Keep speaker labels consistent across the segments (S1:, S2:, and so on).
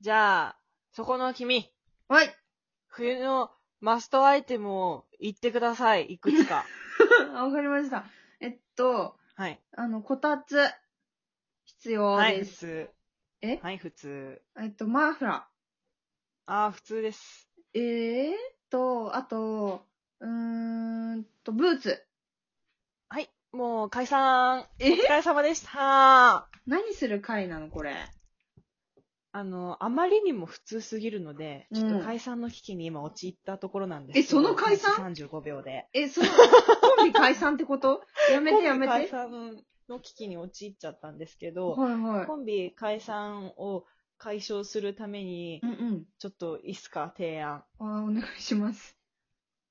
S1: じゃあ、そこの君、
S2: はい。
S1: 冬のマストアイテムを言ってください、いくつ か。
S2: わかりました。えっと、
S1: はい。
S2: あの、こたつ、必要
S1: はい、
S2: で
S1: 普
S2: す。
S1: 通。
S2: え
S1: はい、普通。
S2: えっと、マフラ
S1: ああ、普通です。
S2: ー。えー、っと、あと、うーんと、ブーツ。
S1: はい、もう解散。お
S2: え
S1: 疲れ様でした。
S2: 何する回なのこれ。
S1: あの、あまりにも普通すぎるので、
S2: うん
S1: ちょっと解散の危機に今陥ったところなんです
S2: えその解散
S1: ?35 秒で。
S2: え、その、コンビ解散っ てことやめてやめて。
S1: コン
S2: は
S1: ビ解
S2: い
S1: 散の危機に陥っちゃったんですけど、コ
S2: は
S1: ンビ解散を解消するために
S2: い。う、んうん。
S1: ちょっといいっすか、提案。
S2: あーお願いします。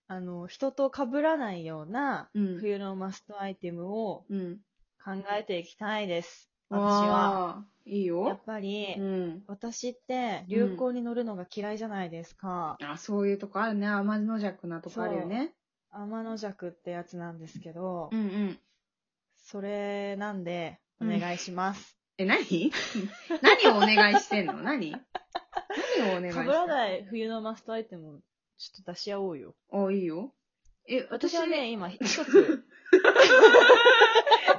S1: あの、人と被らないような
S2: うん。
S1: 冬のマストアイテムを
S2: うん。
S1: 考えていきたいです。私は。
S2: わー。いい
S1: や
S2: よ
S1: っ。ぱり、
S2: うん。
S1: 私って流行に乗るのが嫌いじゃないですか。
S2: あ、そういうとこあるね。甘の弱なとこあるよね。
S1: 天の弱ってやつなんですけど、
S2: うんうん。
S1: それなんで、お
S2: うん
S1: 願いします。
S2: え、何何をお願いしてんの何何をお願
S1: 被
S2: いしてん
S1: ら
S2: の
S1: ない冬のマストアイテム、ちょっと出し合おうよ。
S2: お、いいよ。え、
S1: 私
S2: 私
S1: は
S2: はね、
S1: ね、今一 つ、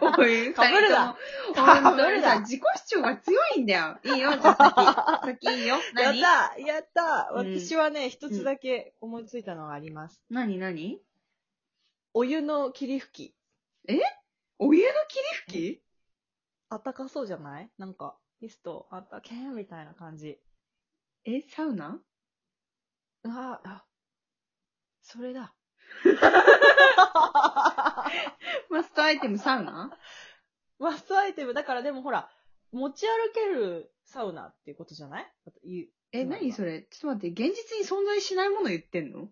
S2: おい、二人とも
S1: 被るな。
S2: 本当
S1: 被る
S2: に
S1: な
S2: さ、自己主張が強いんだよ。いいよ、じゃあ 先。先いいよ。
S1: やっ
S2: 何
S1: たやった
S2: うん
S1: 私はね、一つだけ思いついたのがあります。
S2: 何何
S1: お湯の霧吹き。
S2: お湯の霧吹き
S1: あったかそうじゃないなんか、ミストあったけーみたいな感じ。
S2: え、サウナ
S1: うわあ、あそれ だ。
S2: マストアイテムサウナ
S1: マストアイテム。だからでもほら、持ち歩けるサウナっていうことじゃないい
S2: え、
S1: なんだ
S2: 何それちょっと待って、現実に存在しないもの言ってんの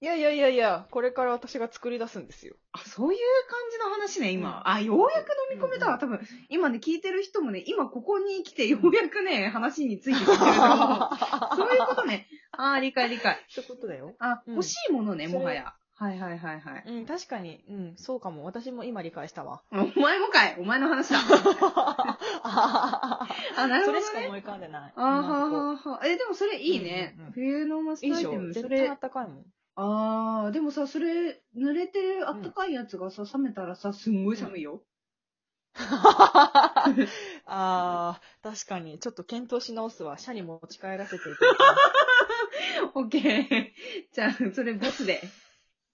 S1: いやいやいやいや、これから私が作り出すんですよ。
S2: あ、そういう感じの話ね、今。
S1: うん
S2: あ、ようやく飲み込めた
S1: うんう
S2: わ。
S1: ん
S2: 多分、今ね、聞いてる人もね、今ここに来て、ようやくね、話についてきてる と思うそういうことね。あー、理解理解。
S1: そういうことだよ。
S2: あ、
S1: うん
S2: 欲しいものね、
S1: それ
S2: もはや。はいはいはいはい。
S1: うん、確かに、うん、そうかも。私も今理解した わ。
S2: お前もかいお前 の話だ。あ、なる
S1: それ
S2: ほどね
S1: し。か思い浮かんでない。
S2: あーはーはーはーえ、でもそれいいね。
S1: うんうんうん
S2: 冬のマス
S1: いい
S2: タ
S1: で
S2: ー
S1: し
S2: アイテ
S1: ょ
S2: ム。そ
S1: 絶対あ
S2: れ
S1: っ、たかいもん。
S2: あー、でもさ、それ、濡れてるあったかいやつがさ、冷めたらさ、すんごい寒いよ。
S1: あー、確かに。ちょっと検討し直すわ。社に持ち帰らせていただき ま
S2: オッケー。じゃあ、それボ ツで。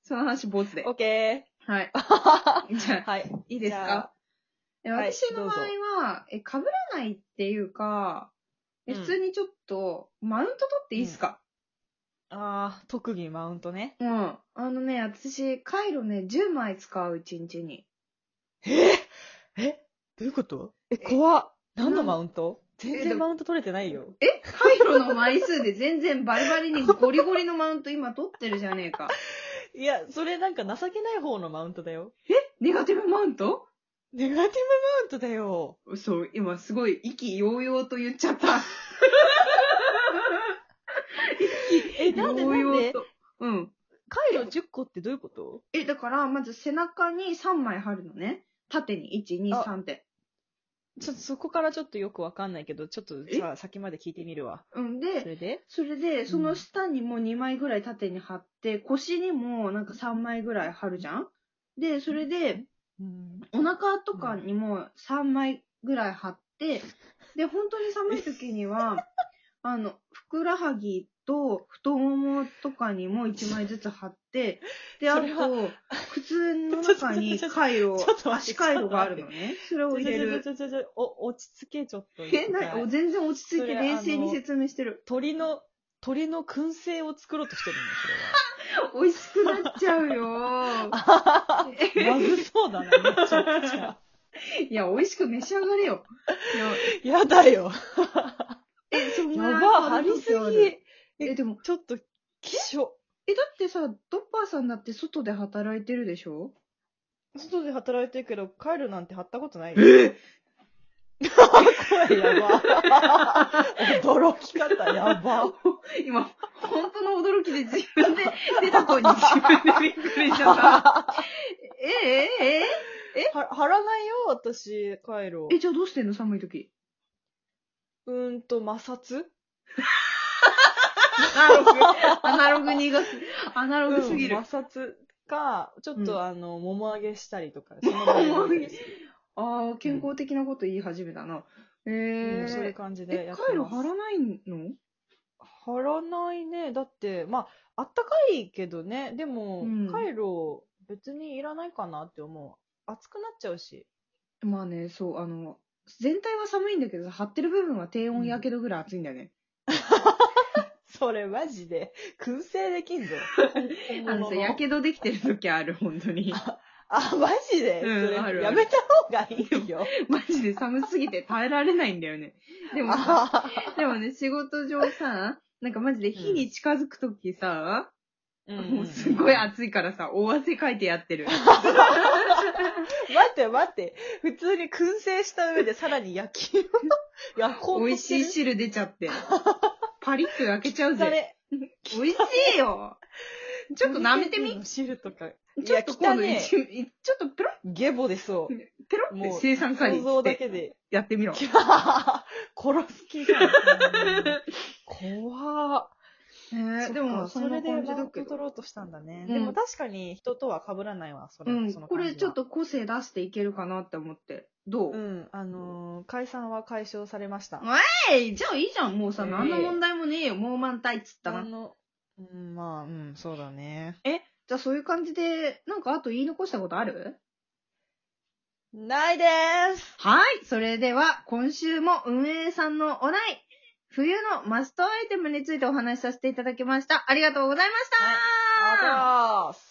S2: その話ボツで
S1: す。オ。ッケ
S2: はい。
S1: ー。
S2: じゃあ、
S1: はい。
S2: いいです
S1: じゃあ
S2: かえ
S1: はい
S2: 私の場合は、え、被らないっていうか、え、
S1: うん
S2: 普通にちょっと、マウント取っていいですか、
S1: あー、特技マウントね。
S2: うん、あのね、私、カイロね、10枚使う、1日に。
S1: ええどういうことえ、怖っ。何のマウント全
S2: えで
S1: 然マウント取れてないよ。
S2: えカイロの枚数で全然バリバリにゴリゴリのマウント今取ってるじゃねえか。
S1: いや、それなんか情けない方のマウントだよ。
S2: ネガティブマウント
S1: ネガティブマウントだよ。
S2: そう、今すごい意気揚々と言っちゃ った。
S1: え、なんでなんで
S2: と。うん。
S1: カイロ10個ってどういうこと
S2: え、だから、まず背中に3枚貼るのね。縦に、1、2、
S1: あ
S2: 3って。
S1: ちょっとそこからちょっとよくわかんないけど、ちょっとじゃあ先まで聞いてみるわ。
S2: うん
S1: そ
S2: で、
S1: れで
S2: それで、その下にも2枚ぐらい縦に貼って、腰にもなんか3枚ぐらい貼るじゃんで、それで、
S1: うん。
S2: お腹とかにも3枚ぐらい貼って、で、本当に寒い時には、あの、ふくらはぎと太ももとかにも1枚ずつ貼って、で、あ
S1: そ
S2: と
S1: れは、
S2: 靴の中に回路
S1: ちょっと待ってちょっと待って
S2: 足回路があるのね。それを入れる。
S1: ちょちょちょちょお、落ち着け、ちょっと。
S2: え、なお全然落ち着い
S1: そ
S2: て
S1: れ
S2: 冷静に説明してる。
S1: 鳥の、鳥の燻製を作ろうとしてるんだよ、
S2: 美味しくなっちゃうよ。
S1: それは。まずそうだな、めちゃくちゃ。
S2: いや、美味しく召し上がれよ。いや
S1: やだよ。
S2: え、そん
S1: や
S2: な
S1: ば、張りすぎ。
S2: え、でも、
S1: ちょっと、気象。
S2: え、だってさ、ドッパーさんだって外で働いてるでしょ
S1: 外で働いてるけど、帰るなんて貼ったことないよ。
S2: え
S1: 声やば。驚き方やば。
S2: 今、本当の驚きで自分で出た子に自分でびっくりしちゃった。え、え、え、
S1: は貼らないよ、私、カイロ
S2: え、え、じゃあどうしてんの寒い時。
S1: うーんと、摩擦
S2: アナログ、アナログにがす、アナログすぎる。
S1: うん摩擦か、ちょっと、
S2: うん
S1: あの、もも上げしたりとか、その場でやったりする
S2: ああ、健康的なこと言い始めたな。え
S1: う
S2: え
S1: んそういう感じで
S2: え
S1: や、って
S2: カイロ
S1: ます
S2: 貼らないの
S1: 貼らないね。だって、まあ、あったかいけどね。でも、
S2: うん
S1: カイロ、別にいらないかなって思う。暑くなっちゃうし。
S2: まあね、そう、あの、全体は寒いんだけど、貼ってる部分は低温やけどぐらい暑いんだよね。
S1: それマジで、燻製できんぞ。
S2: あのさ、やけどできてる時ある、本当に。
S1: あ、マジで、
S2: うん
S1: それ
S2: ある
S1: や
S2: ある
S1: めた方がいいよ。
S2: マジで寒すぎて耐えられないんだよね。でもさ、
S1: あ
S2: でもね、仕事上さ、なんかマジで火に近づく時さ、
S1: ー
S2: もうすごい
S1: 待
S2: 暑いからさ、大汗かいてやってる。
S1: って待って。普通に燻製した上でさらに焼きを、焼こうと
S2: 美味しい汁出ちゃって。パリッと焼けちゃう
S1: だ
S2: ぜ。
S1: れ。
S2: 美味しいよ。ちょっと舐めてみ
S1: の汁とか。
S2: ちょっと今度
S1: いや
S2: 一、
S1: 汚
S2: ちょっとペロ
S1: ゲボでそう。
S2: ッ、ペロッ
S1: も
S2: て
S1: う
S2: 生産管理
S1: 想像
S2: し
S1: だ
S2: て
S1: け で。
S2: やってみろ。
S1: 殺す気じゃん。怖っ。
S2: えー、でも、
S1: そっかそれでマ
S2: ん
S1: ウン
S2: な感じだ
S1: ト
S2: けど
S1: 取ろうとしたんだね。
S2: うん
S1: でも確かに人とは被らないわ、それ。
S2: うん、
S1: その
S2: こ
S1: 感じは
S2: れちょっ。と個性出していけるかなって思って。どう、
S1: うん、あのー解散は解消されました。
S2: えい、じゃあいいじゃん。もうさ、
S1: えー
S2: 何の問題もねえよ。もう満タイっつった
S1: あ
S2: な。
S1: の、うん、まあ、うん、そうだね。
S2: じゃあそういう感じで、なんかあと言い残したことある
S1: ないでーす
S2: はい。それでは、今週も運営さんのお題、冬のマストアイテムについてお話しさせていただきました。ありがとうございました、
S1: ありがとうございます